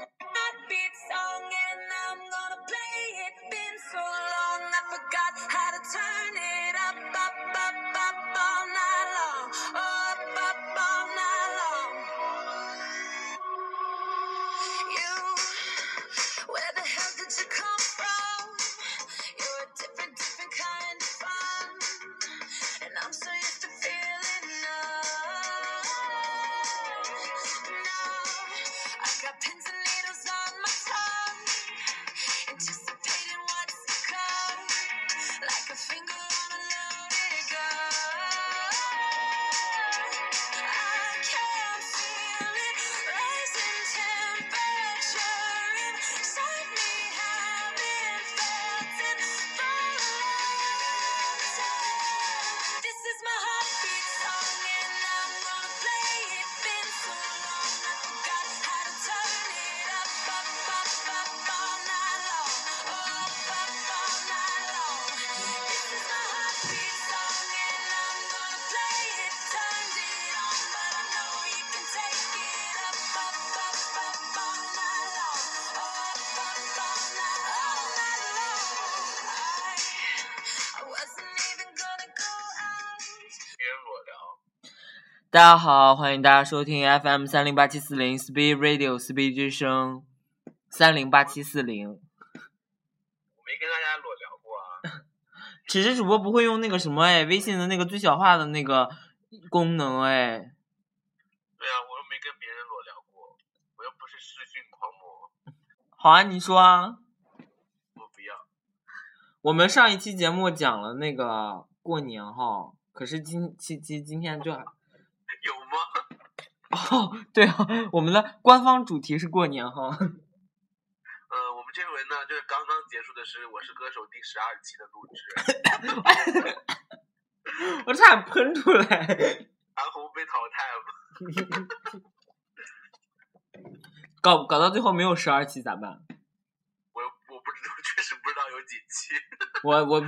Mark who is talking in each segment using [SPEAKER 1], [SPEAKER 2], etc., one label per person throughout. [SPEAKER 1] Heartbeat song and I'm gonna play it. Been so long I forgot how to turn it up, up, up, up all night long. Up, up all night long. You. Where the hell did you come from? You're a different, different kind of fun. And I'm so used to feeling love. Now, I got pins and needles on my tongue. Anticipating what's to come. Like a finger on a loaded gun. I can feel it rising temperature inside me. Haven't felt it for a long time. This is my heartbeat song and I'm gonna play it. Been so long I forgot how to turn it up, up, up, up all night long. Up, up all night long. This is my heartbeat song and I'm gonna play it. Turned it on, but I know you can take it up, up, up, up all night long. Up, up all night, all night long. I, I wasn't even gonna go out. 大家好，欢迎大家收听 FM 三零八七四零 Speed Radio Speed 之声三零八七四零。
[SPEAKER 2] 啊
[SPEAKER 1] 只是主播不会用那个什么哎，微信的那个最小化的那个功能哎。
[SPEAKER 2] 啊
[SPEAKER 1] 好啊，你说啊。我们上一期节目讲了那个过年哈，可是今今今今天就哦 对啊，我们的官方主题是过年哈。
[SPEAKER 2] 呃
[SPEAKER 1] 我差点喷出来。搞搞到最后没有十二期咋办？我我不知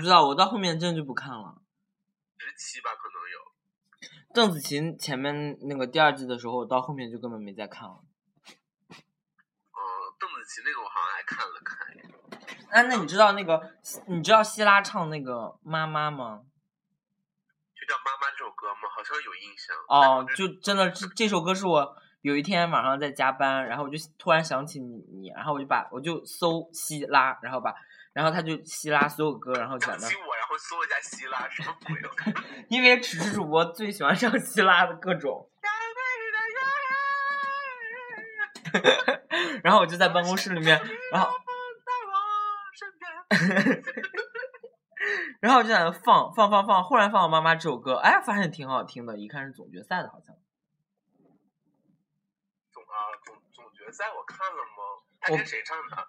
[SPEAKER 1] 道，我到后面真的就不看了。邓紫棋前面那个第二季的时候，我到后面就根本没再看了。
[SPEAKER 2] 呃
[SPEAKER 1] 哎、那你知道那个你知道希拉唱那个妈妈吗？哦，就真的这这首歌是我有一天晚上在加班，然后我就突然想起你，你然后我就把我就搜希拉，然后把然后他就希拉所有歌，然后讲的，
[SPEAKER 2] 啊
[SPEAKER 1] 因为此时主播最喜欢上希拉的各种， 然后我就在办公室里面，然后然后我就在那放放放放，忽然放了妈妈这首歌，哎，发现挺好听的，一看是总决赛的，好像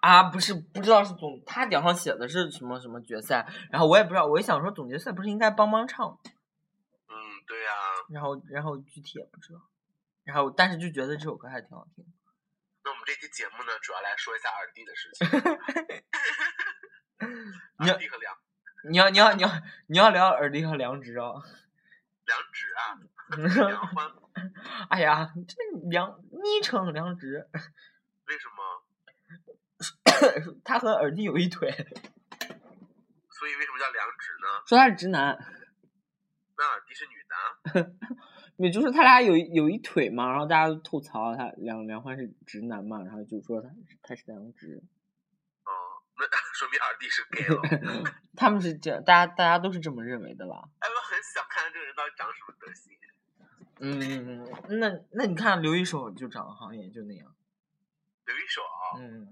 [SPEAKER 1] 啊，不是不知道是总，他顶上写的是什么什么决赛，然后我也不知道，我一想说总决赛不是应该帮帮唱，
[SPEAKER 2] 嗯
[SPEAKER 1] 然后然后具体也不知道，然后但是就觉得这首歌还挺好听的， 你要你要你要你要你要聊耳力和良知啊，
[SPEAKER 2] 啊
[SPEAKER 1] 哎呀，这良昵称良知，他和耳力有一腿，说他是直男。
[SPEAKER 2] 啊
[SPEAKER 1] 也就是他俩有一有一腿嘛，然后大家都吐槽他梁梁欢是直男嘛，然后就说他是他是梁直，
[SPEAKER 2] 哦
[SPEAKER 1] 他们是这大家大家都是这么认为的啦。
[SPEAKER 2] 哎
[SPEAKER 1] 嗯，那那你看刘一手就长得好像也就那样，嗯，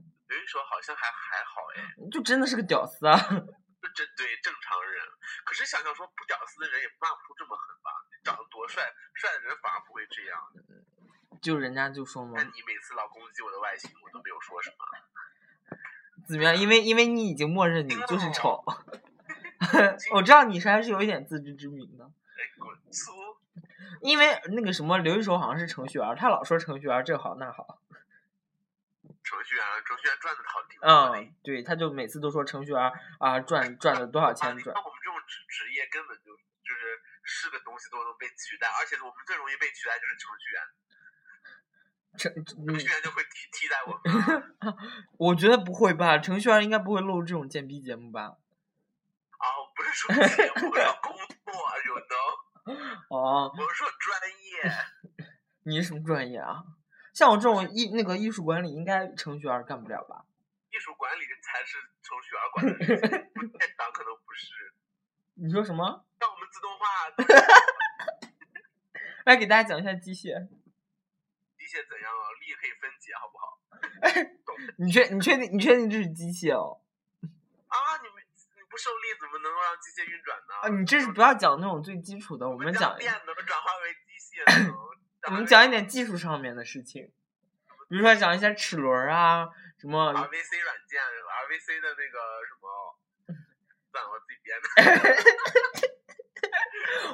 [SPEAKER 2] 哎
[SPEAKER 1] 就真的是个屌丝啊！ 就人家就说嘛，怎么样？因为因为你已经默认你就是丑， 我知道你是还是有一点自知之明的。因为那个什么刘一手好像是程序员，他老说程序员这好那好，嗯，对，他就每次都说程序员儿啊赚赚了多少
[SPEAKER 2] 啊
[SPEAKER 1] 钱赚，程，
[SPEAKER 2] 程
[SPEAKER 1] 嗯
[SPEAKER 2] 序员就会替替代我们了
[SPEAKER 1] 我觉得不会吧，程序员应该不会录这种贱逼节目吧？
[SPEAKER 2] 啊！我不是 说节目，我要工作，you know，
[SPEAKER 1] 哦，
[SPEAKER 2] 我是说专业。
[SPEAKER 1] 你什么专业啊？像我这种艺那个艺术管理，应该程序员干不了吧？
[SPEAKER 2] 艺术管理才是程序员管的事情，店长可能不是。
[SPEAKER 1] 你说什么？
[SPEAKER 2] 像我们自动化都是
[SPEAKER 1] 来给大家讲一下机械。
[SPEAKER 2] 机械怎样啊，力可以分解，好不好？
[SPEAKER 1] 你确你确定你确定这是机械哦？
[SPEAKER 2] 啊，你们你不受力怎么能让机械运转呢？
[SPEAKER 1] 啊，你这是不要讲那种最基础的，我
[SPEAKER 2] 我
[SPEAKER 1] 们
[SPEAKER 2] 将
[SPEAKER 1] 讲，
[SPEAKER 2] 电能转化为机械能
[SPEAKER 1] 我们讲一点技术上面的事情，比如说讲一些齿轮儿啊，什么
[SPEAKER 2] RVC 软件，RVC 的那个什 么，算了，我自己编的。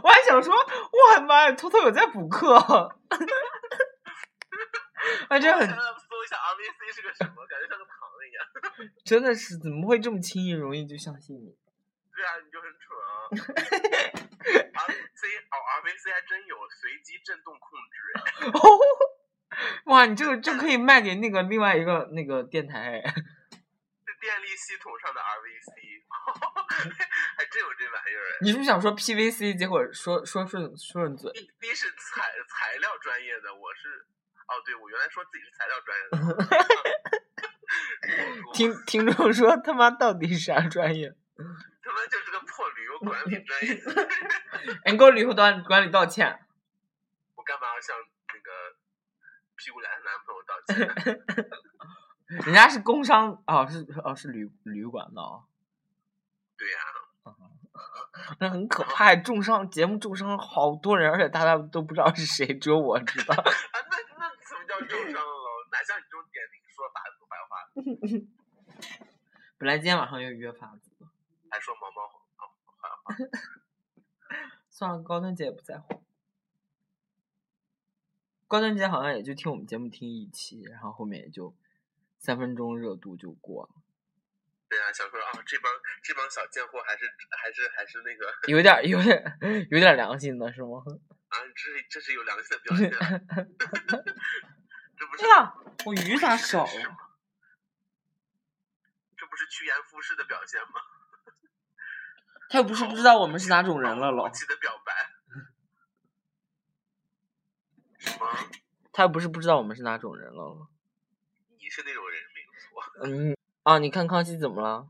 [SPEAKER 1] 我还想说，我的妈呀，偷偷有在补课， 啊，这
[SPEAKER 2] 我
[SPEAKER 1] 很
[SPEAKER 2] 刚刚 搜一下 RVC 是个什么，感觉像个糖一样。
[SPEAKER 1] 真的是怎么会这么轻易容易就相信你？
[SPEAKER 2] 对啊，你就很蠢 啊。RVC 哦，RVC 还真有随机震动控制。
[SPEAKER 1] 哇，你这个这可以卖给那个另外一个那个电台 哎，
[SPEAKER 2] 是电力系统上的 RVC，还真有这玩意儿哎。
[SPEAKER 1] 你是不是想说 PVC？结果说说顺顺嘴，
[SPEAKER 2] 一一是材材料专业的，我是哦，对我原来说自己是材料专 业的 我，我
[SPEAKER 1] 听听众说他妈到底啥专业？
[SPEAKER 2] 他妈就是个破旅游管理专业。
[SPEAKER 1] 哎你给我旅游管管理道歉。
[SPEAKER 2] 我干嘛要向那个屁股脸的男朋友道歉呢？
[SPEAKER 1] 人家是工商哦，是哦是旅旅馆的哦，
[SPEAKER 2] 对呀、
[SPEAKER 1] 那很可怕，重伤节目重伤好多人，而且大家都不知道是谁，只有我知道。
[SPEAKER 2] 啊，那那怎么叫重伤了？哪像你这种点名说法子坏话，
[SPEAKER 1] 本来今天晚上要约法子的，
[SPEAKER 2] 还说毛毛红啊坏话。
[SPEAKER 1] 算了，高端姐也不在乎。高端姐好像也就听我们节目听一期，然后后面也就三分钟热度就过了，
[SPEAKER 2] 对呀、想说啊，这帮这帮小贱货还是还是还是那个
[SPEAKER 1] 有点儿有点儿有点儿良心的是吗？
[SPEAKER 2] 啊，这是这是有良心的表现啊，这不是
[SPEAKER 1] 对呀，我鱼咋少啊了？
[SPEAKER 2] 这不是趋炎附势的表现吗？
[SPEAKER 1] 他又不是不知道我们是哪种人了
[SPEAKER 2] 无
[SPEAKER 1] 喽，
[SPEAKER 2] 期的表白，什么？
[SPEAKER 1] 他又不是不知道我们是哪种人了喽。
[SPEAKER 2] 你是那种人没有错。
[SPEAKER 1] 嗯啊，你看康熙怎么了？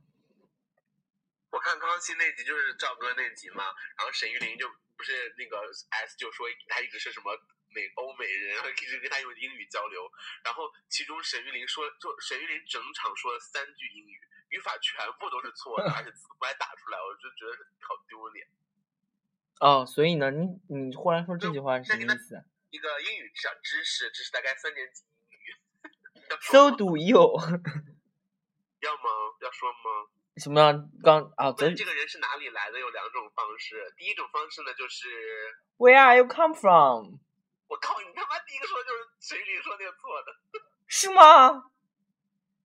[SPEAKER 2] 我看康熙那集就是赵哥那集嘛，然后沈玉琳就不是那个 S 就说他一直是什么美欧美人，然后一直跟他用英语交流，然后其中沈玉琳说，就沈玉琳整场说了三句英语，语法全部都是错的，而且字母还打出来，我就觉得好丢脸。
[SPEAKER 1] 哦，所以呢，你你忽然说这句话是
[SPEAKER 2] 那
[SPEAKER 1] 什
[SPEAKER 2] 你
[SPEAKER 1] 么意
[SPEAKER 2] 呢
[SPEAKER 1] 思啊
[SPEAKER 2] 一个英语知知识，这是大概三年级英语，要说
[SPEAKER 1] ？So
[SPEAKER 2] 吗
[SPEAKER 1] do you？
[SPEAKER 2] 要吗？要说吗？
[SPEAKER 1] 什么呀刚啊？咱
[SPEAKER 2] 问这个人是哪里来的有两种方式，第一种方式呢就是。
[SPEAKER 1] Where are you come from？
[SPEAKER 2] 我靠，你他妈第一个说就是谁里说那个错的？
[SPEAKER 1] 是吗？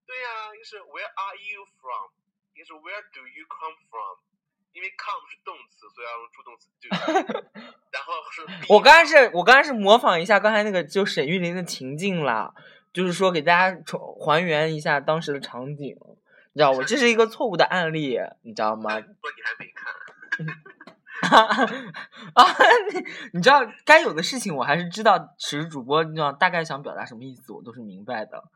[SPEAKER 2] 对呀、一个是 Where are you from？一个是 Where do you come from？因为 come 是动词，所以要用助动词 do。然 后是 be
[SPEAKER 1] 我刚才是我刚才是模仿一下刚才那个就沈玉琳的情境啦，就是说给大家重还原一下当时的场景，你知道我这是一个错误的案例，你知道吗？
[SPEAKER 2] 说你还没看，
[SPEAKER 1] 啊， 你你知道该有的事情我还是知道，其实主播你知道大概想表达什么意思，我都是明白的。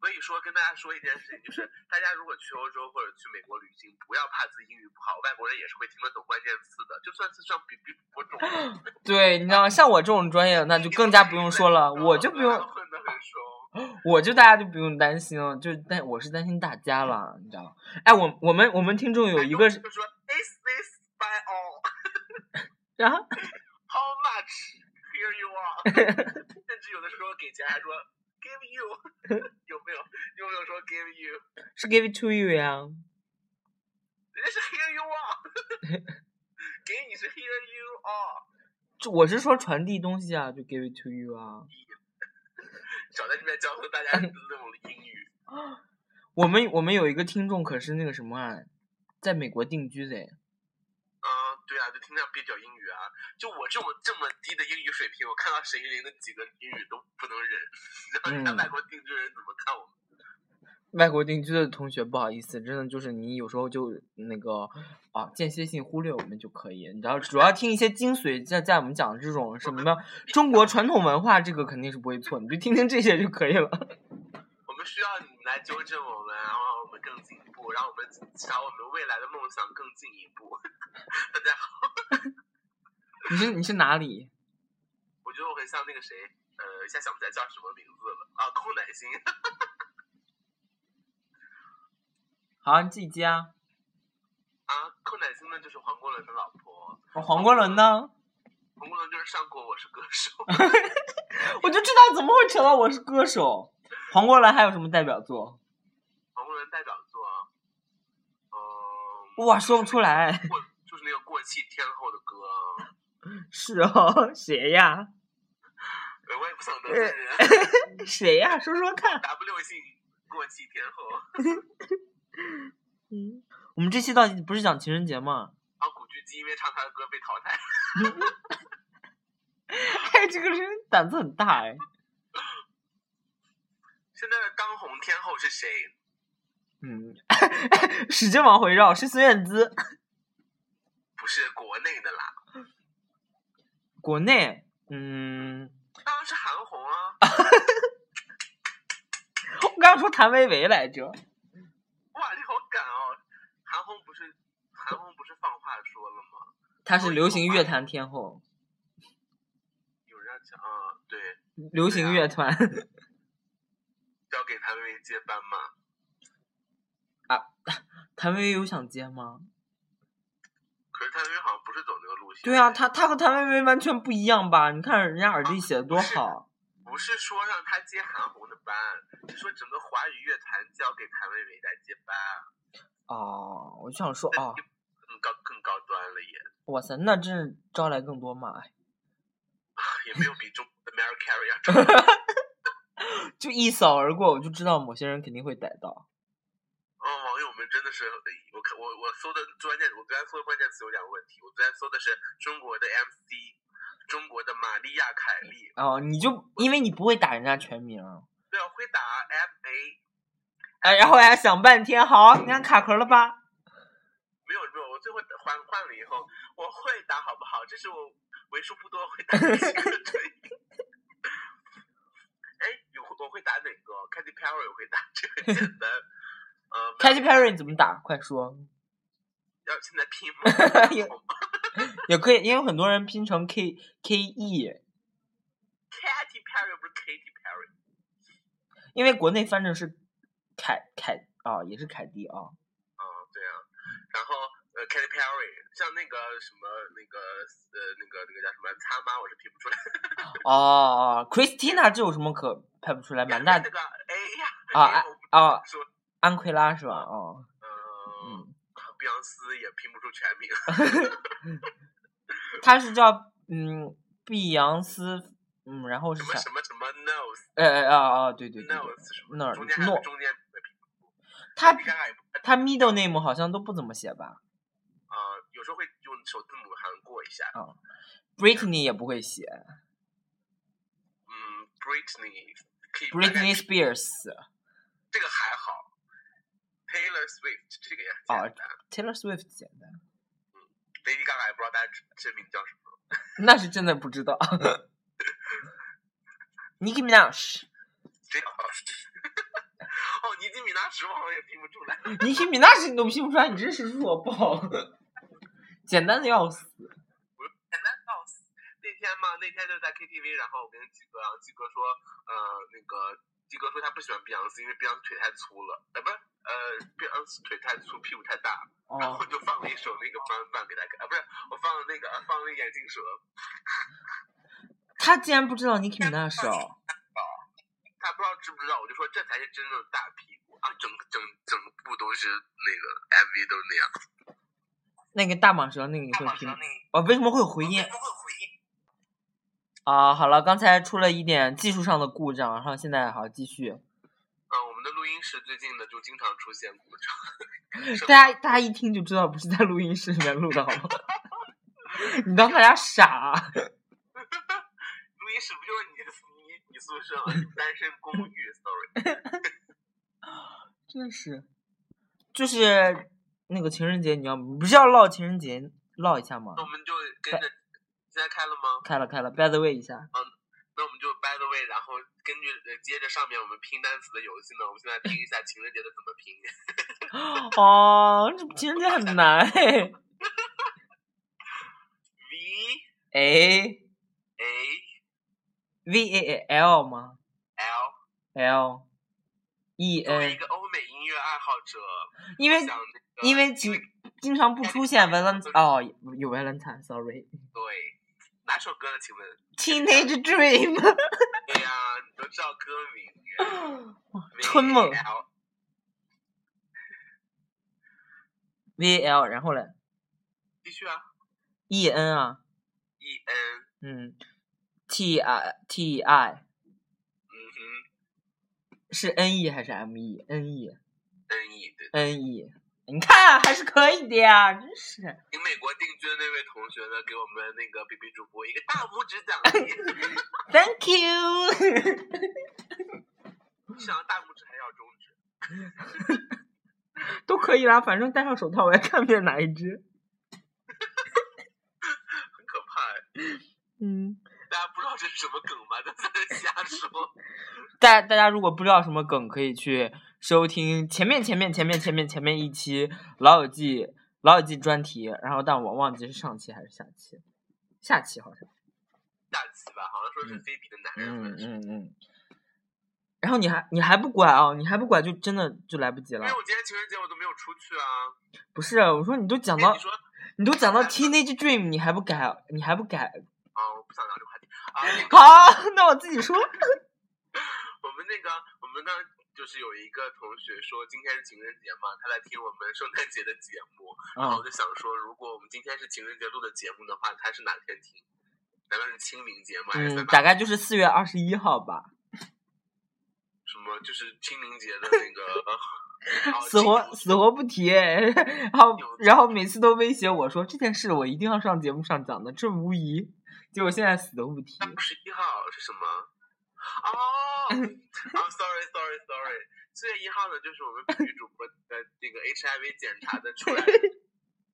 [SPEAKER 2] 所以说跟大家说一件事情，就是大家如果去欧洲或者去美国旅行，不要怕自己英语不好，外国人也是会听得懂关键词的，就算是上比比我懂。
[SPEAKER 1] 对，你知道像我这种专业的，那就更加不用说了，我就不用，
[SPEAKER 2] 混得很熟。
[SPEAKER 1] 我就大家就不用担心了，就但我是担心大家了，你知道吗？哎，我我们我们听众有一个是
[SPEAKER 2] 就说 Is this by all？
[SPEAKER 1] 啊，
[SPEAKER 2] How much? Here you are 。甚至有的时候给钱还说 Give you，有没有？有没有说 Give you？
[SPEAKER 1] 是 give it to you 呀，
[SPEAKER 2] 人家是 Here you are，给你是 Here you are。
[SPEAKER 1] 这我是说传递东西啊，就 give it to you 啊。
[SPEAKER 2] 少在这边教会大家那种英语。
[SPEAKER 1] 我们我们有一个听众可是那个什么啊，在美国定居的诶，
[SPEAKER 2] 啊，对啊，就听这样蹩脚英语啊，就我这么这么低的英语水平，我看到沈玉琳的几个英语都不能忍，然后你看
[SPEAKER 1] 嗯
[SPEAKER 2] 外国定居人怎么看我们？
[SPEAKER 1] 外国定居的同学，不好意思，真的就是你有时候就那个啊，间歇性忽略我们就可以，你知道，主要听一些精髓，在在我们讲的这种什么的中国传统文化，这个肯定是不会错，你就听听这些就可以了。
[SPEAKER 2] 我们需要你们来纠正我们，然后让我们更进步，让我们朝我们未来的梦想更进一步。 大家好，
[SPEAKER 1] 你是你是哪里？
[SPEAKER 2] 我觉得我很像那个谁，呃，一下想不起来叫什么名字了啊，寇乃馨。
[SPEAKER 1] 好，你自己接啊。
[SPEAKER 2] 啊，寇乃馨呢就是黄国伦的老婆，
[SPEAKER 1] 哦黄国伦呢？
[SPEAKER 2] 黄国伦就是上过《我是歌手》，
[SPEAKER 1] 我就知道怎么会扯到我是歌手。黄国伦还有什么代表作？
[SPEAKER 2] 黄国伦代表作，啊嗯、
[SPEAKER 1] 哇，说不出来。
[SPEAKER 2] 过就是那个过气天后的歌，啊
[SPEAKER 1] 是哦，谁呀？
[SPEAKER 2] 呃我也不想得罪人
[SPEAKER 1] 谁呀？说说 看。
[SPEAKER 2] ，W 姓过气天后，
[SPEAKER 1] 嗯，我们这期到底不是讲情人节吗？
[SPEAKER 2] 然后古巨基因为唱他的歌被淘汰，
[SPEAKER 1] 哎，这个人胆子很大哎。
[SPEAKER 2] 现在的当红天后是谁？
[SPEAKER 1] 嗯， 使劲往回绕，是孙燕姿。
[SPEAKER 2] 不是国内的啦，
[SPEAKER 1] 国内，嗯，
[SPEAKER 2] 当然是韩红啊，
[SPEAKER 1] 我刚说谭维维来着。
[SPEAKER 2] 哇，你好敢哦，韩红不是韩红不是放话说了吗？
[SPEAKER 1] 她是流行乐坛天后，
[SPEAKER 2] 有人要讲啊，对，
[SPEAKER 1] 流行乐团
[SPEAKER 2] 要给谭维维接班吗？
[SPEAKER 1] 谭维维有想接吗？
[SPEAKER 2] 可是谭维维好像不是走那个路线。
[SPEAKER 1] 对啊，她她和谭维维完全不一样吧？你看人家耳机写的多好，
[SPEAKER 2] 不是说让他接韩红的班，是说整个华语乐坛交给谭维维来接班，
[SPEAKER 1] 哦，我就想说
[SPEAKER 2] 那
[SPEAKER 1] 哦，
[SPEAKER 2] 就更高更高端了也，
[SPEAKER 1] 哇塞，那真是招来更多骂，哎
[SPEAKER 2] 也没有比中国的 Mary Carey 要重要。
[SPEAKER 1] 就一扫而过，我就知道某些人肯定会逮到。
[SPEAKER 2] 嗯，网友们真的是，我看我我搜的关键，我昨天搜的关键词有点问题，我昨天搜的是中国的 MC，中国的玛利亚凯莉，
[SPEAKER 1] 哦，你就因为你不会打人家全名，
[SPEAKER 2] 对啊，会打 M A，
[SPEAKER 1] 哎，然后还想半天，好，你看卡壳了吧？
[SPEAKER 2] 没有没有，我最后换换了以后，我会打好不好？这是我为数不多会打的几个专业。哎，有会我会打哪个？Katy Perry 我会打，这个简单。呃，
[SPEAKER 1] Katy Perry 怎么打？快说！
[SPEAKER 2] 要现在拼吗
[SPEAKER 1] 也可以，因为很多人拼成 K K E，
[SPEAKER 2] ？Katy Perry 不是 Katy Perry，
[SPEAKER 1] 因为国内翻正是凯凯啊、也是凯蒂啊、
[SPEAKER 2] 嗯，对啊。然后呃，Katy Perry，像那个什么那个呃那个那个叫什么擦妈，我是拼不出来。
[SPEAKER 1] 哦哦，Christina 这有什么可拍不出来？满大
[SPEAKER 2] 那个哎呀，
[SPEAKER 1] 啊
[SPEAKER 2] 哎
[SPEAKER 1] 啊
[SPEAKER 2] 我不
[SPEAKER 1] 啊，
[SPEAKER 2] 说
[SPEAKER 1] 安奎拉是吧？哦，
[SPEAKER 2] 嗯，
[SPEAKER 1] 嗯，
[SPEAKER 2] 碧昂斯也拼不出全 名。
[SPEAKER 1] 她是叫嗯碧昂斯，嗯，然后
[SPEAKER 2] 什
[SPEAKER 1] 是
[SPEAKER 2] 么
[SPEAKER 1] 啥
[SPEAKER 2] 什？么什么 nose
[SPEAKER 1] 哎哎啊啊，对对对对，
[SPEAKER 2] nose 什
[SPEAKER 1] 那
[SPEAKER 2] 么，
[SPEAKER 1] 儿
[SPEAKER 2] 中间还有
[SPEAKER 1] 诺
[SPEAKER 2] 中间的拼
[SPEAKER 1] 她
[SPEAKER 2] 你看看也不
[SPEAKER 1] 她 middle name 好像都不怎么写吧
[SPEAKER 2] 啊、有时候会用首字母涵过一下。
[SPEAKER 1] ？Britney 也不会写
[SPEAKER 2] 嗯，Britney 可以大概
[SPEAKER 1] ，Britney Spears、
[SPEAKER 2] 这个还好，Taylor Swift 这个也很
[SPEAKER 1] 哦
[SPEAKER 2] 简单。
[SPEAKER 1] Taylor Swift 简单，
[SPEAKER 2] Lady Gaga 也不知道大家真真名叫什么。
[SPEAKER 1] 那是真的不知道。Nicki Minaj。
[SPEAKER 2] 谁好？哦，尼基米纳什我好像也拼不出来。
[SPEAKER 1] 你听米娜是你都拼不出来，你真是弱爆， 简单的要死。
[SPEAKER 2] 那天嘛，那天就在 KTV，然后我跟鸡哥，然后鸡哥说，呃，那个鸡哥说他不喜欢碧昂斯，因为碧昂斯腿太粗了，呃，不是，呃，碧昂斯腿太粗，屁股太大。然
[SPEAKER 1] 哦
[SPEAKER 2] 后，就放了一首那个翻翻给他看，啊，不是，我放了那个呃放了眼镜蛇，
[SPEAKER 1] 他竟然不知道 Nicki Minaj 哦，
[SPEAKER 2] 他不知道知不知道，我就说这才是真正的大屁股啊，整整整部都是那个 MV 都是那样。
[SPEAKER 1] 那个大蟒蛇那个你会拼吗？哦，为什么会有回音
[SPEAKER 2] 会回音？
[SPEAKER 1] 啊？好了，刚才出了一点技术上的故障，然后现在好继续。
[SPEAKER 2] 嗯，我们的录音室最近呢就经常出现故障，
[SPEAKER 1] 大家大家一听就知道不是在录音室里面录的，好吗？ 你当大家傻？啊
[SPEAKER 2] 路易是不是就是你你你宿舍吗？单身公寓，sorry，
[SPEAKER 1] 真的是，就是那个情人节，你要不是要唠情人节唠一下吗
[SPEAKER 2] 那？我们就跟着，现在开了吗？
[SPEAKER 1] 开了开了，by the way 一下，
[SPEAKER 2] 那我们就 by the way，然后根据呃接着上面我们拼单词的游戏呢，我们现在拼一下情人节的怎么拼。
[SPEAKER 1] 哦，这情人节很难哎，
[SPEAKER 2] V
[SPEAKER 1] 哎
[SPEAKER 2] A
[SPEAKER 1] ，v a a l 吗
[SPEAKER 2] L，
[SPEAKER 1] ？l e
[SPEAKER 2] 作为一
[SPEAKER 1] n，
[SPEAKER 2] 个欧美音乐爱好者，
[SPEAKER 1] 因为
[SPEAKER 2] 想那个
[SPEAKER 1] 因为经经常不出现 Valentine 哦，有 Valentine，sorry。
[SPEAKER 2] 对哪首歌呢？请问？
[SPEAKER 1] Teenage Dream，
[SPEAKER 2] 对呀、你都知道歌名。
[SPEAKER 1] 春梦
[SPEAKER 2] VAL
[SPEAKER 1] V L，然后嘞
[SPEAKER 2] 继续啊
[SPEAKER 1] E N 啊，
[SPEAKER 2] ，E N，
[SPEAKER 1] 嗯，T I T I
[SPEAKER 2] 嗯哼
[SPEAKER 1] 是 N E 还是 M E？N E
[SPEAKER 2] ，N E，对。
[SPEAKER 1] N E，你看、还是可以的呀，真是。
[SPEAKER 2] 您美国定居的那位同学呢，给我们那个 B B 主播一个大拇指奖励，
[SPEAKER 1] Thank you
[SPEAKER 2] 想要大拇指还是要中指？
[SPEAKER 1] 都可以啦，反正戴上手套我也看不见哪一只。
[SPEAKER 2] 很可怕哎，
[SPEAKER 1] 嗯，
[SPEAKER 2] 大家不知道这是什么梗吧？都在那瞎说。
[SPEAKER 1] 大大家如果不知道什么梗，可以去收听前面前面前面前面前面一期《老友记》《老友记》专题，然后但我忘记是上期还是下期，下期好像。
[SPEAKER 2] 下期吧，好像说是
[SPEAKER 1] 嗯
[SPEAKER 2] 菲比的男人
[SPEAKER 1] 嗯
[SPEAKER 2] 们，
[SPEAKER 1] 嗯嗯。然后你还你还不管啊、你还不管就真的就来不及
[SPEAKER 2] 因
[SPEAKER 1] 了
[SPEAKER 2] 为。我今天情人节我都没有出去啊。
[SPEAKER 1] 不是，我说你都讲
[SPEAKER 2] 哎，
[SPEAKER 1] 到
[SPEAKER 2] 你说
[SPEAKER 1] 你都讲到 teenage dream，你还不改，你还不 改。
[SPEAKER 2] 啊，我不想聊这个话题啊。那个
[SPEAKER 1] 好，那我自己说。
[SPEAKER 2] 我们那个我们呢，就是有一个同学说今天是情人节嘛，他来听我们圣诞节的节目，然后
[SPEAKER 1] 啊
[SPEAKER 2] 我就想说，如果我们今天是情人节录的节目的话，他是哪天听？难道是清明节吗？还是
[SPEAKER 1] 嗯，
[SPEAKER 2] 三
[SPEAKER 1] 大
[SPEAKER 2] 八
[SPEAKER 1] 概就是四月二十一号吧。
[SPEAKER 2] 什么？就是清明节的那个 哦
[SPEAKER 1] 死活
[SPEAKER 2] 清
[SPEAKER 1] 死活不提，然后然后每次都威胁我说这件事我一定要上节目上讲的，这无疑。结果现在死都不 提
[SPEAKER 2] 那。不是一号是什么？ 哦，I'm sorry sorry sorry，四 月一号呢，就是我们体育主播的那个 HIV 检查的出来，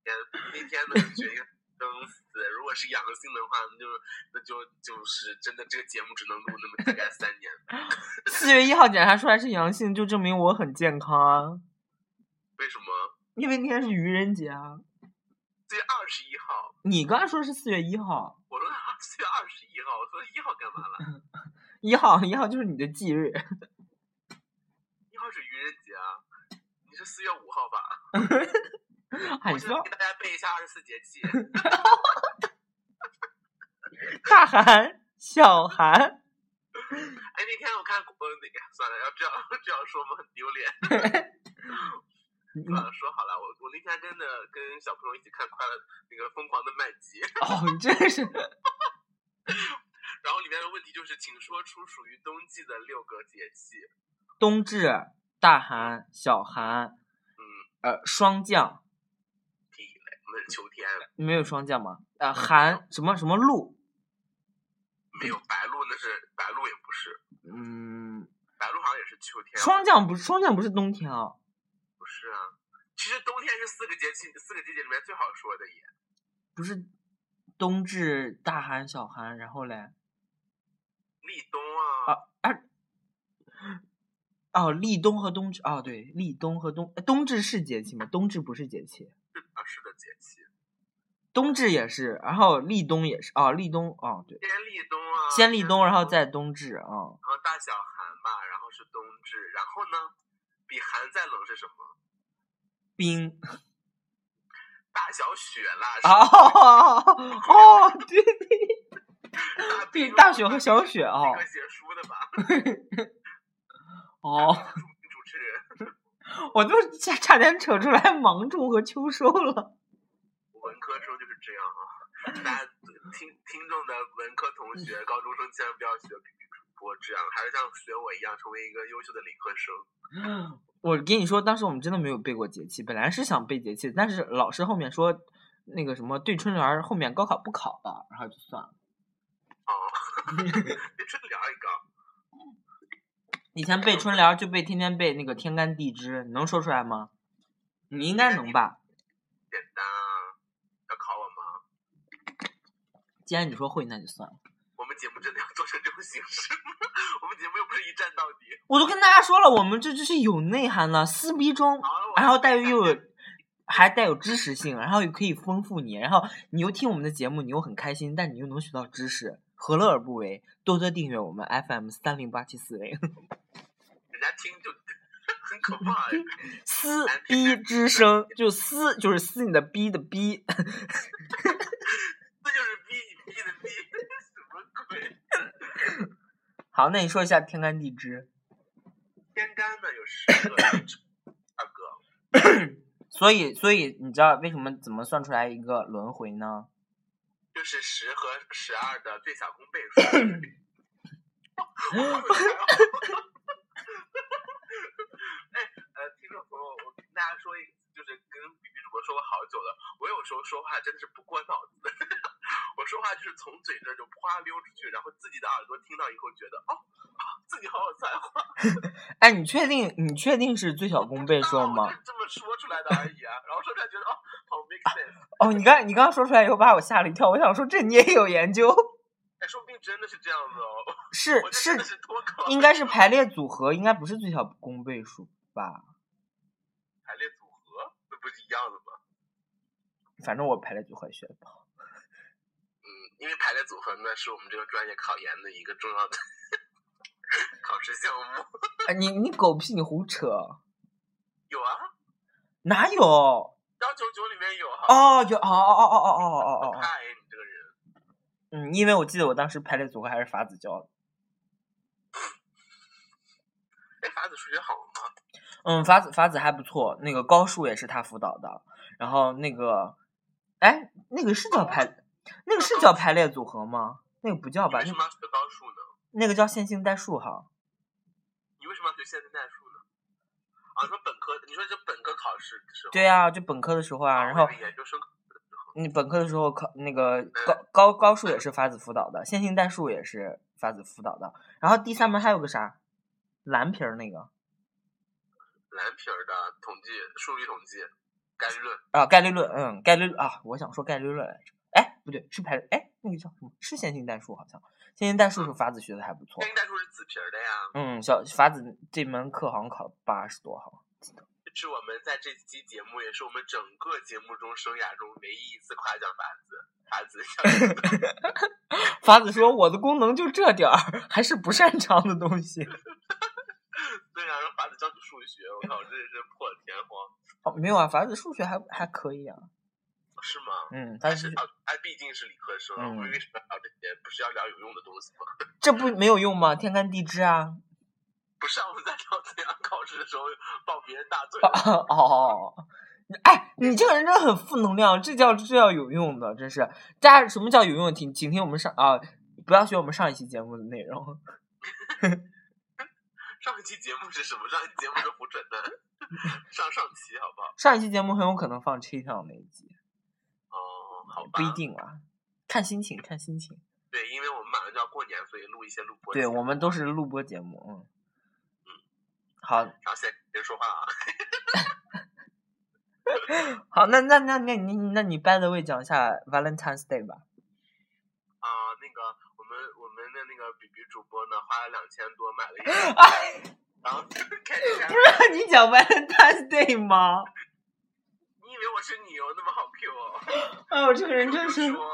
[SPEAKER 2] 那天呢决定生死，如果是阳性的话，那就那就就是真的这个节目只能录那么大概三年。
[SPEAKER 1] 四月一号检查出来是阳性，就证明我很健康啊，
[SPEAKER 2] 为什么？
[SPEAKER 1] 因为那天是愚人节啊。
[SPEAKER 2] 四月二十一号，
[SPEAKER 1] 你刚才说是四月一号，
[SPEAKER 2] 我说他四月二十一号，我说一号干嘛了？
[SPEAKER 1] 一号一号就是你的忌日，
[SPEAKER 2] 一号是愚人节啊，你是四月五号吧？
[SPEAKER 1] 喊
[SPEAKER 2] 我现在
[SPEAKER 1] 叫
[SPEAKER 2] 给大家背一下二十四节气。哎
[SPEAKER 1] 大寒小寒。
[SPEAKER 2] 哎，那天我看国那个，算了，要这样这样说我们很丢 脸。算
[SPEAKER 1] 嗯
[SPEAKER 2] 了，说好了，我我那天真的跟小朋友一起看《快乐那个疯狂的麦吉》，
[SPEAKER 1] 哦，你真的是
[SPEAKER 2] 然后里面的问题就是，请说出属于冬季的六个节气。
[SPEAKER 1] 冬至、大寒、小寒，
[SPEAKER 2] 嗯，
[SPEAKER 1] 呃，霜降
[SPEAKER 2] 屁嘞，我们是秋天，
[SPEAKER 1] 没有霜降吗？呃，寒什么什么露？
[SPEAKER 2] 没有白露，那是白露也不是，
[SPEAKER 1] 嗯，
[SPEAKER 2] 白露好像也是秋天，
[SPEAKER 1] 霜降不是霜降不是冬天啊。
[SPEAKER 2] 不是啊。其实冬天是四个节气，四个季节里面最好说的也。
[SPEAKER 1] 不是冬至、大寒、小寒，然后嘞，
[SPEAKER 2] 立冬啊，
[SPEAKER 1] 啊啊，哦，立冬和冬至，哦，对，立冬和冬，呃冬至是节气吗？冬至不是节气，
[SPEAKER 2] 是啊是的节气，
[SPEAKER 1] 冬至也是，然后立冬也是，哦，立冬，哦，对，
[SPEAKER 2] 先立冬啊，
[SPEAKER 1] 哦先立冬，然后再冬至，啊、哦，
[SPEAKER 2] 然后大小寒吧，然后是冬至，然后呢，比寒再冷是什么？
[SPEAKER 1] 冰，
[SPEAKER 2] 大小雪啦，
[SPEAKER 1] 哦，哦，对对
[SPEAKER 2] 是大
[SPEAKER 1] 对，
[SPEAKER 2] 冰
[SPEAKER 1] 大雪和小雪啊，
[SPEAKER 2] 那
[SPEAKER 1] 哦
[SPEAKER 2] 个写书的吧？
[SPEAKER 1] 哦，
[SPEAKER 2] 著名主持人，
[SPEAKER 1] 我都差差点扯出来芒种和秋收了。
[SPEAKER 2] 我文科生就是这样啊。大家听听众的文科同学、高中生千万不要学主播这样，还是像学我一样成为一个优秀的理科生。
[SPEAKER 1] 我跟你说，当时我们真的没有背过节气，本来是想背节气，但是老师后面说，那个什么对春联儿后面高考不考了，然后就算了。
[SPEAKER 2] 哦，你春联儿一个，
[SPEAKER 1] 以前背春联儿就背天天背那个天干地支，你能说出来吗？你应该能吧？
[SPEAKER 2] 简单啊，要考我吗？
[SPEAKER 1] 既然你说会，那就算了。
[SPEAKER 2] 我们节目真的要做成这种形式吗？ 我们节目又不是一站到底。
[SPEAKER 1] 我都跟大家说了，我们这就是有内涵了，撕逼中
[SPEAKER 2] 好了，我
[SPEAKER 1] 然后带又有，还带有知识性，然后又可以丰富你，然后你又听我们的节目，你又很开心，但你又能学到知识，何乐而不为？多多订阅我们 FM 三零八七四零
[SPEAKER 2] 人家听就 很可怕哎。
[SPEAKER 1] 撕逼之声，就撕就是撕你的逼的逼，
[SPEAKER 2] 这就是逼你逼的逼， 什么鬼？
[SPEAKER 1] 好，那你说一下天干地支，
[SPEAKER 2] 天干呢有十个，大哥，
[SPEAKER 1] 所以所以你知道为什么怎么算出来一个轮回呢？
[SPEAKER 2] 就是十和十二的最小公倍数。哎，呃，听众朋友，我跟大家说一，就是跟比比主播说过好久了，我有时候说话真的是不过脑子的， 我说话就是从嘴这儿就哗溜出去，然后自己的耳朵听到以后觉得，哦，啊自己好有才华，
[SPEAKER 1] 哎，你确定你确定是最小公倍数
[SPEAKER 2] 啊
[SPEAKER 1] 吗
[SPEAKER 2] 我就？是这么说出来的而已啊，然后说出来觉得，哦，好 make sense。
[SPEAKER 1] 哦，你刚你刚说出来以后把我吓了一跳，我想说这你也有研究，
[SPEAKER 2] 哎，说不定真的是这样子哦，
[SPEAKER 1] 是
[SPEAKER 2] 我这真
[SPEAKER 1] 是
[SPEAKER 2] 的是脱稿，
[SPEAKER 1] 应该是排列组合，应该不是最小公倍数吧？
[SPEAKER 2] 排列组合，那不是一样的吗？
[SPEAKER 1] 反正我排列组合学的不好。
[SPEAKER 2] 嗯，因为排列组合呢是我们这个专业考研的一个重要的考试项目。
[SPEAKER 1] 啊你你狗屁，你胡扯，
[SPEAKER 2] 有啊，
[SPEAKER 1] 哪有？哦，
[SPEAKER 2] 幺九九里面有哈。
[SPEAKER 1] 有哦哦哦哦哦哦哦哦哦，
[SPEAKER 2] 哎，你这个人，
[SPEAKER 1] 嗯，因为我记得我当时排列组合还是法子教的，
[SPEAKER 2] 哎，法子数学好吗？
[SPEAKER 1] 嗯，法子法子还不错，那个高数也是他辅导的，然后那个，哎，那个是叫排，那个是叫排列组合吗？那个不叫
[SPEAKER 2] 你
[SPEAKER 1] 吧
[SPEAKER 2] 为，什么要学高数呢？
[SPEAKER 1] 那个叫线性代数哈。
[SPEAKER 2] 你为什么要学现代数呢？啊，你说本科，你说这本科考试的时候，
[SPEAKER 1] 对呀、就本科的时候啊，然后
[SPEAKER 2] 我以为研究生考试的时候，
[SPEAKER 1] 你本科的时候考那个高高高数也是法子辅导的，线性代数也是法子辅导的，然后第三门还有个啥，蓝皮儿那个
[SPEAKER 2] 蓝皮儿的统计、数理统计、概率论，
[SPEAKER 1] 啊，概率论，嗯，概率啊，我想说概率论来着，哎，不对，是排哎那个叫什么？是线性代数好像，线性代数是法子学的还不错
[SPEAKER 2] 线，性代数是紫皮儿的呀。
[SPEAKER 1] 嗯，小法子这门课好像考了八十多，好
[SPEAKER 2] 是我们在这期节目，也是我们整个节目中生涯中唯一一次夸奖法子。法子小 姐
[SPEAKER 1] 像，法子说我的功能就这点儿，还是不擅长的东西，
[SPEAKER 2] 对啊，让法子教你数学，我靠，真是破天荒，
[SPEAKER 1] 哦，没有啊，法子数学还还可以啊，
[SPEAKER 2] 是吗？
[SPEAKER 1] 嗯，法
[SPEAKER 2] 他是
[SPEAKER 1] 子数学
[SPEAKER 2] 他，他毕竟是理科生，我
[SPEAKER 1] 嗯
[SPEAKER 2] 们为什么要聊这些？不是要聊有用的东西吗？
[SPEAKER 1] 这不没有用吗？天干地支啊，
[SPEAKER 2] 不是啊，我们在聊怎样考试的时候抱别人大腿
[SPEAKER 1] 哦。哦 哦，哦哎，你这个人真的很负能量，这叫这叫有用的，真是。大家什么叫有用？请请听我们上啊，不要学我们上一期节目的内容。
[SPEAKER 2] 上一期节目是什么？上一期节目是胡准的， 上上期好不好？
[SPEAKER 1] 上一期节目很有可能放 c h e a t 那一集，
[SPEAKER 2] 哦，好吧
[SPEAKER 1] 不。一定啊，看心情，看心情。
[SPEAKER 2] 对，因为我们马上就要过年，所以录一些录播节
[SPEAKER 1] 对
[SPEAKER 2] 目。
[SPEAKER 1] 我们都是录播节目，嗯。好
[SPEAKER 2] 然后现在别说话啊。
[SPEAKER 1] 好，那那那那你那你 by the way 讲一下 Valentine's Day 吧。
[SPEAKER 2] 啊、那个我们我们的那个比比主播呢，花了两千多买了一个， 然后开始看
[SPEAKER 1] 不让你讲 Valentine's Day 吗？
[SPEAKER 2] 你以为我是你哦，那么好 Q 哦？
[SPEAKER 1] 哎呦，这个人真，
[SPEAKER 2] 就是说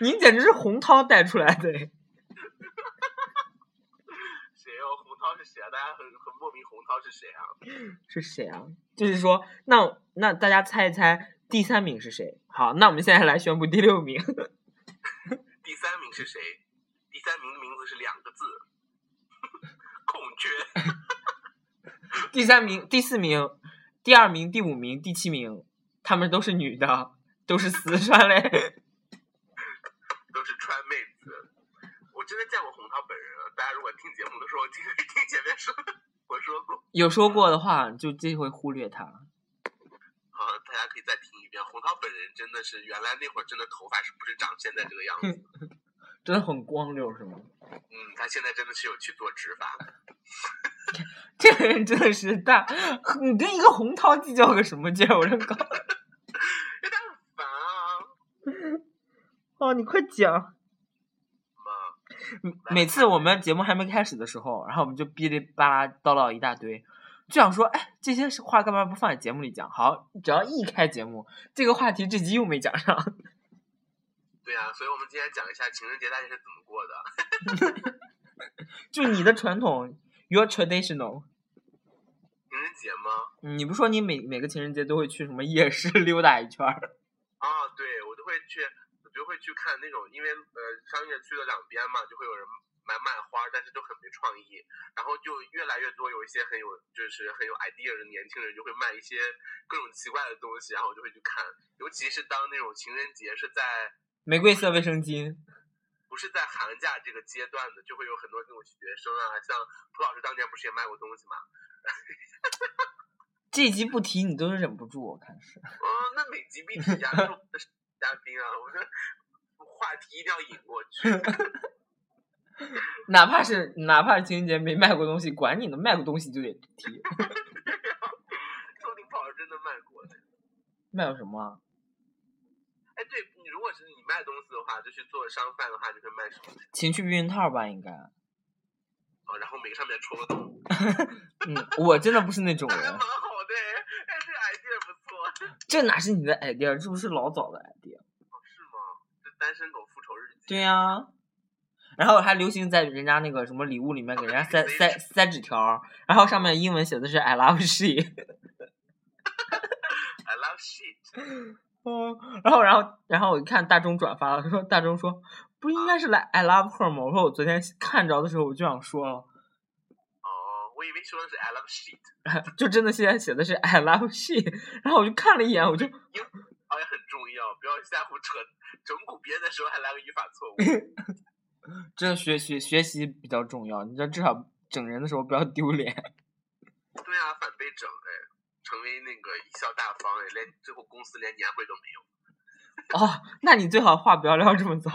[SPEAKER 1] 你简直是洪涛带出来的。
[SPEAKER 2] 谁哦？洪涛是谁啊？大家很很莫名，洪涛是谁啊？
[SPEAKER 1] 是谁啊？就是说，那那大家猜一猜第三名是谁？好，那我们现在来宣布第六名。
[SPEAKER 2] 第三名是谁？第三名的名字是两个字，孔雀。
[SPEAKER 1] 第三名、第四名、第二名、第五名、第七名，她们都是女的，都是四川嘞。
[SPEAKER 2] 都是川妹子。我真的见过洪涛本人啊，大家如果听节目的时候，听听前面说，我说过
[SPEAKER 1] 有说过的话，就这回忽略他。
[SPEAKER 2] 呃啊，大家可以再听一遍。洪涛本人真的是，原来那会儿真的头发是不是长现在这个样子？
[SPEAKER 1] 真的很光溜是吗？
[SPEAKER 2] 嗯，他现在真的是有去做植发。
[SPEAKER 1] 这个人真的是大，你跟一个洪涛计较个什么劲儿？我这搞，
[SPEAKER 2] 烦啊！
[SPEAKER 1] 哦，你快讲。
[SPEAKER 2] 妈，
[SPEAKER 1] 嗯每次我们节目还没开始的时候，然后我们就哔哩吧啦叨唠一大堆，就想说，哎，这些话干嘛不放在节目里讲？好，只要一开节目，这个话题这集又没讲上。
[SPEAKER 2] 对呀、所以我们今天讲一下情人节大家是怎么过的。
[SPEAKER 1] 就你的传统，your traditional。嗯
[SPEAKER 2] 情人节吗？
[SPEAKER 1] 你不说你每每个情人节都会去什么夜市溜达一圈儿？
[SPEAKER 2] 啊，对，我就会去，我就会去看那种，因为呃商业区的两边嘛，就会有人买漫花，但是就很没创意。然后就越来越多有一些很有就是很有 idea 的年轻人就会卖一些各种奇怪的东西，然后我就会去看。尤其是当那种情人节是在
[SPEAKER 1] 玫瑰色卫生巾，
[SPEAKER 2] 不是在寒假这个阶段的，就会有很多那种学生啊，像蒲老师当年不是也卖过东西嘛？
[SPEAKER 1] 这集不提你都忍不住，我看是。
[SPEAKER 2] 嗯，那每集必提呀，都是我们的嘉宾啊，我说话题一定要引过去。
[SPEAKER 1] 哪怕是哪怕是情人节没卖过东西，管你呢，卖过东西就得提。
[SPEAKER 2] 说不定不好真的卖过呢。
[SPEAKER 1] 卖过什么啊？
[SPEAKER 2] 哎，对你如果是你卖东西的话，就去做商贩的话，你会卖什么？
[SPEAKER 1] 情趣避孕套吧，应该。
[SPEAKER 2] 哦，然后每个上面戳个洞，
[SPEAKER 1] 嗯，我真的不是那种
[SPEAKER 2] 哎还
[SPEAKER 1] 人
[SPEAKER 2] 蛮，好的哎，哎，这个 idea 不错，
[SPEAKER 1] 这哪是你的 idea，这不是老早的 idea。
[SPEAKER 2] 是吗？这单身狗复仇日记。
[SPEAKER 1] 对呀、然后还流行在人家那个什么礼物里面给人家塞塞塞纸条儿，然后上面英文写的是 I love she。
[SPEAKER 2] I love shit。
[SPEAKER 1] 嗯，然后然后然后我一看大钟转发了，说大钟说不应该是来 I love her 吗？我说我昨天看着的时候我就想说了，
[SPEAKER 2] 哦，我以为说的是 I love shit，
[SPEAKER 1] 就真的现在写的是 I love she，然后 我就看了一眼，我就
[SPEAKER 2] 好像很重要，不要瞎胡扯，整蛊别人的时候还来个语法错误。
[SPEAKER 1] 真的学学学习比较重要，你知道至少整人的时候不要丢脸。
[SPEAKER 2] 对啊，反被整哎，成为那个贻笑大方哎，连最后公司连年会都没有
[SPEAKER 1] 哦， 那你最好话不要撂这么早。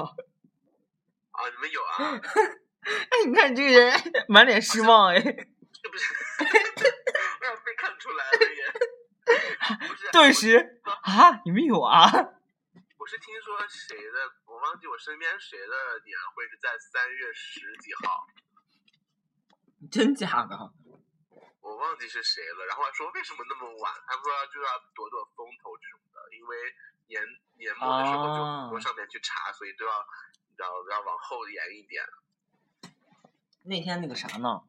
[SPEAKER 2] 啊！你们有啊？
[SPEAKER 1] 哎， 你看你这个人满脸失望哎，
[SPEAKER 2] 这不是， 哎呀，被看出来了也。不是，
[SPEAKER 1] 顿时啊，你们有啊？
[SPEAKER 2] 我是听说谁的，我忘记我身边谁的年会是在三月十几号，
[SPEAKER 1] 真假的？
[SPEAKER 2] 我忘记是谁了。然后还说为什么那么晚，他们说就要躲躲风头这种的，因为年年末的时候就很多
[SPEAKER 1] 啊
[SPEAKER 2] 上面去查，所以都要要要往后延一点。
[SPEAKER 1] 那天那个啥呢？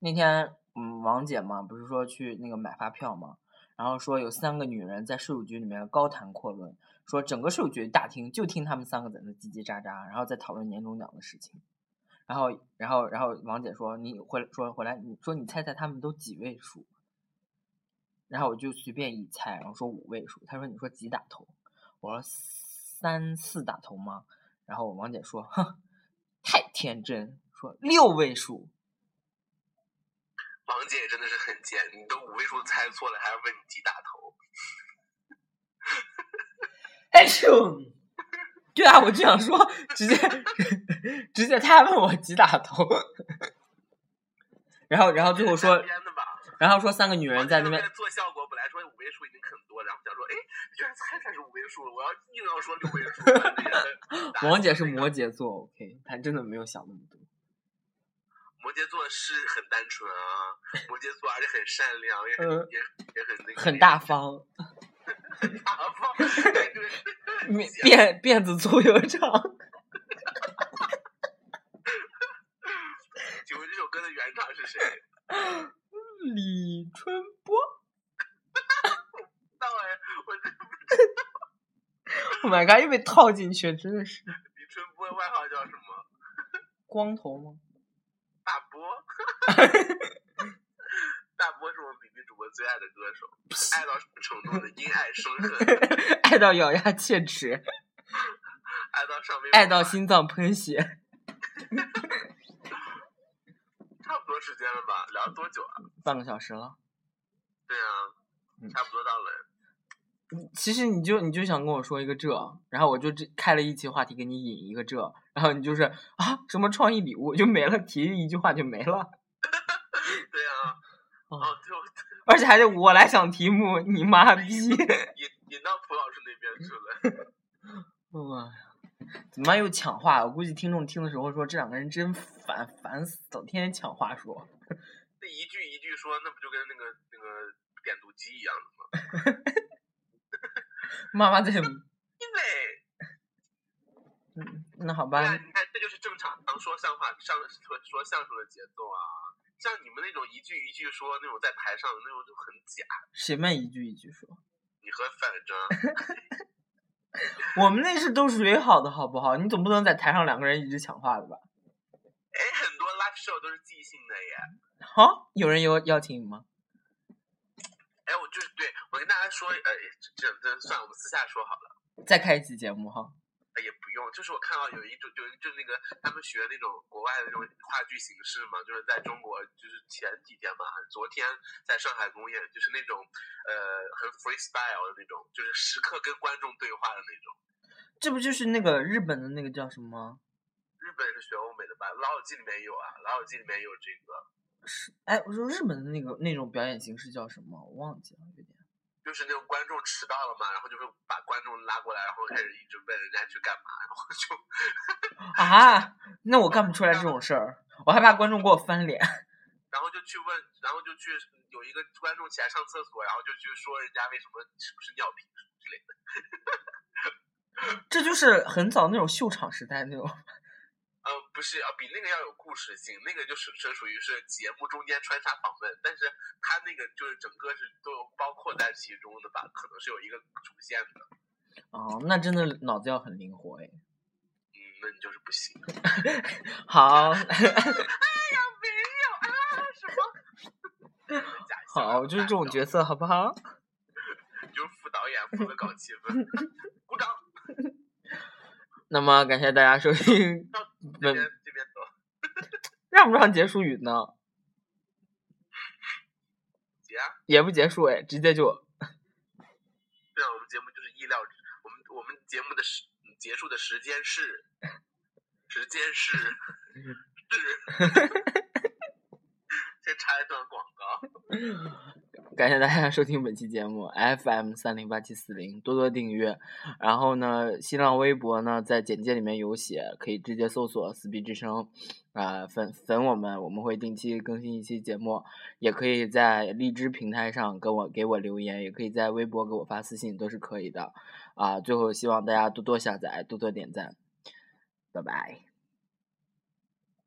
[SPEAKER 1] 那天嗯，王姐嘛，不是说去那个买发票嘛，然后说有三个女人在税务局里面高谈阔论，说整个税务局大厅就听她们三个在那叽叽喳喳，然后在讨论年终奖的事情。然后，然后，然后，王姐说：“你回说回来，你说你猜猜他们都几位数？”然后我就随便一猜，然后说五位数。她说：“你说几打头？”我说：“三四打头吗？”然后我王姐说：“哼，太天真，说六位数。
[SPEAKER 2] 王姐也真的是很贱，你都五位数猜错了，还要问你几打头。
[SPEAKER 1] 哎呦，对啊，我就想说，直接 直接他问我几打头，然后然后最后说，
[SPEAKER 2] 编的吧？
[SPEAKER 1] 然后说三个女人在那边
[SPEAKER 2] 王姐做效果，本来说五位数已经很多，然后想说，哎，居然猜出来是五位数，我要硬要说六位数。
[SPEAKER 1] 王姐是
[SPEAKER 2] 摩
[SPEAKER 1] 摩羯座，OK，她真的没有想那么多。
[SPEAKER 2] 摩羯座是很单纯啊，摩羯座而且很善良，也很、
[SPEAKER 1] 嗯
[SPEAKER 2] 也也很那个
[SPEAKER 1] 很大方，
[SPEAKER 2] 大方，对对，
[SPEAKER 1] 面辫辫子粗又长，
[SPEAKER 2] 请问这首歌的原唱是谁？
[SPEAKER 1] 李春波。
[SPEAKER 2] 到哎，我这
[SPEAKER 1] Oh my god！又被套进去，真的是
[SPEAKER 2] 李春波外号叫什么？
[SPEAKER 1] 光头吗？
[SPEAKER 2] 大波。大波是我们比比主播最爱的歌 手，爱到什么程度呢？因爱生恨，
[SPEAKER 1] 爱到咬牙切齿，
[SPEAKER 2] 爱到上没
[SPEAKER 1] 爱到
[SPEAKER 2] 办法
[SPEAKER 1] 心脏喷血。
[SPEAKER 2] 差不多时间了吧？聊了多久啊？
[SPEAKER 1] 半个小时了，
[SPEAKER 2] 对啊
[SPEAKER 1] 嗯，
[SPEAKER 2] 差不多到了。
[SPEAKER 1] 其实你就你就想跟我说一个这，然后我就这开了一期话题给你引一个这，然后你就是啊什么创意礼物就没了，提一句话就没了，
[SPEAKER 2] 对啊，
[SPEAKER 1] 哦
[SPEAKER 2] 哦，对，我
[SPEAKER 1] 而且还得我来想题目，你妈逼！哎
[SPEAKER 2] 引引到蒲老师那边去了。
[SPEAKER 1] 哇，怎么又抢话？我估计听众听的时候说这两个人真烦，烦死了，天天抢话说。
[SPEAKER 2] 那一句一句说，那不就跟那个那个点读机一样的吗？
[SPEAKER 1] 妈妈在，
[SPEAKER 2] 因为
[SPEAKER 1] 那好吧
[SPEAKER 2] 对，啊，你看这就是正常常说相话、上说说相声的节奏啊。像你们那种一句一句说那种在台上的那种就很假。
[SPEAKER 1] 谁们一句一句说，
[SPEAKER 2] 你和反正
[SPEAKER 1] 我们那是都属于好的，好不好？你总不能在台上两个人一直抢话的吧？
[SPEAKER 2] 哎，很多 live show 都是即兴的耶。
[SPEAKER 1] 哈、有人有邀请你吗？
[SPEAKER 2] 哎，我就是对我跟大家说，哎，这这这算了我们私下说好了。
[SPEAKER 1] 再开一期节目哈。
[SPEAKER 2] 哎也不用，就是我看到有一种，就就是那个他们学那种国外的那种话剧形式嘛，就是在中国，就是前几天吧，昨天在上海公演，就是那种呃很 freestyle 的那种，就是时刻跟观众对话的那种。
[SPEAKER 1] 这不就是那个日本的那个叫什么？
[SPEAKER 2] 日本是学欧美的吧？《老友记》里面有啊，《老友记》里面有这个，
[SPEAKER 1] 是哎，我说日本的那个那种表演形式叫什么？我忘记了，有点。
[SPEAKER 2] 就是那种观众迟到了嘛，然后就会把观众拉过来，然后开始一直问人家去干嘛，然后就
[SPEAKER 1] 啊，那我干不出来这种事儿，我害怕观众给我翻脸。
[SPEAKER 2] 然后就去问，然后就去有一个观众起来上厕所，然后就去说人家为什么是不是尿频之类的。
[SPEAKER 1] 这就是很早那种秀场时代那种。
[SPEAKER 2] 呃，不是啊，比那个要有故事性，那个就是纯属于是节目中间穿插访问，但是他那个就是整个是都有包括在其中的吧，可能是有一个主线的。
[SPEAKER 1] 哦，那真的脑子要很灵活哎。
[SPEAKER 2] 嗯，那你就是不行。
[SPEAKER 1] 好，
[SPEAKER 2] 没 有啊，什么？ 假笑
[SPEAKER 1] 好，就是这种角色，好不好？
[SPEAKER 2] 你就是副导演，负责搞气氛。鼓掌，
[SPEAKER 1] 那么感谢大家收听，
[SPEAKER 2] 这
[SPEAKER 1] 本
[SPEAKER 2] 边这边走。
[SPEAKER 1] 让不让结束语呢？
[SPEAKER 2] 姐啊，
[SPEAKER 1] 也不结束哎，直接就
[SPEAKER 2] 对啊，我们节目就是意料之，我们我们节目的时结束的时间是，时间是 是。先插一段广告。
[SPEAKER 1] 感谢大家 收听本期节目 FM 三零八七四零，多多订阅。然后呢，新浪微博呢在简介里面有写，可以直接搜索“撕逼之声”，啊、粉粉我们，我们会定期更新一期节目。也可以在荔枝平台上跟我给我留言，也可以在微博给我发私信，都是可以的。啊、最后希望大家多多下载，多多点赞，拜拜。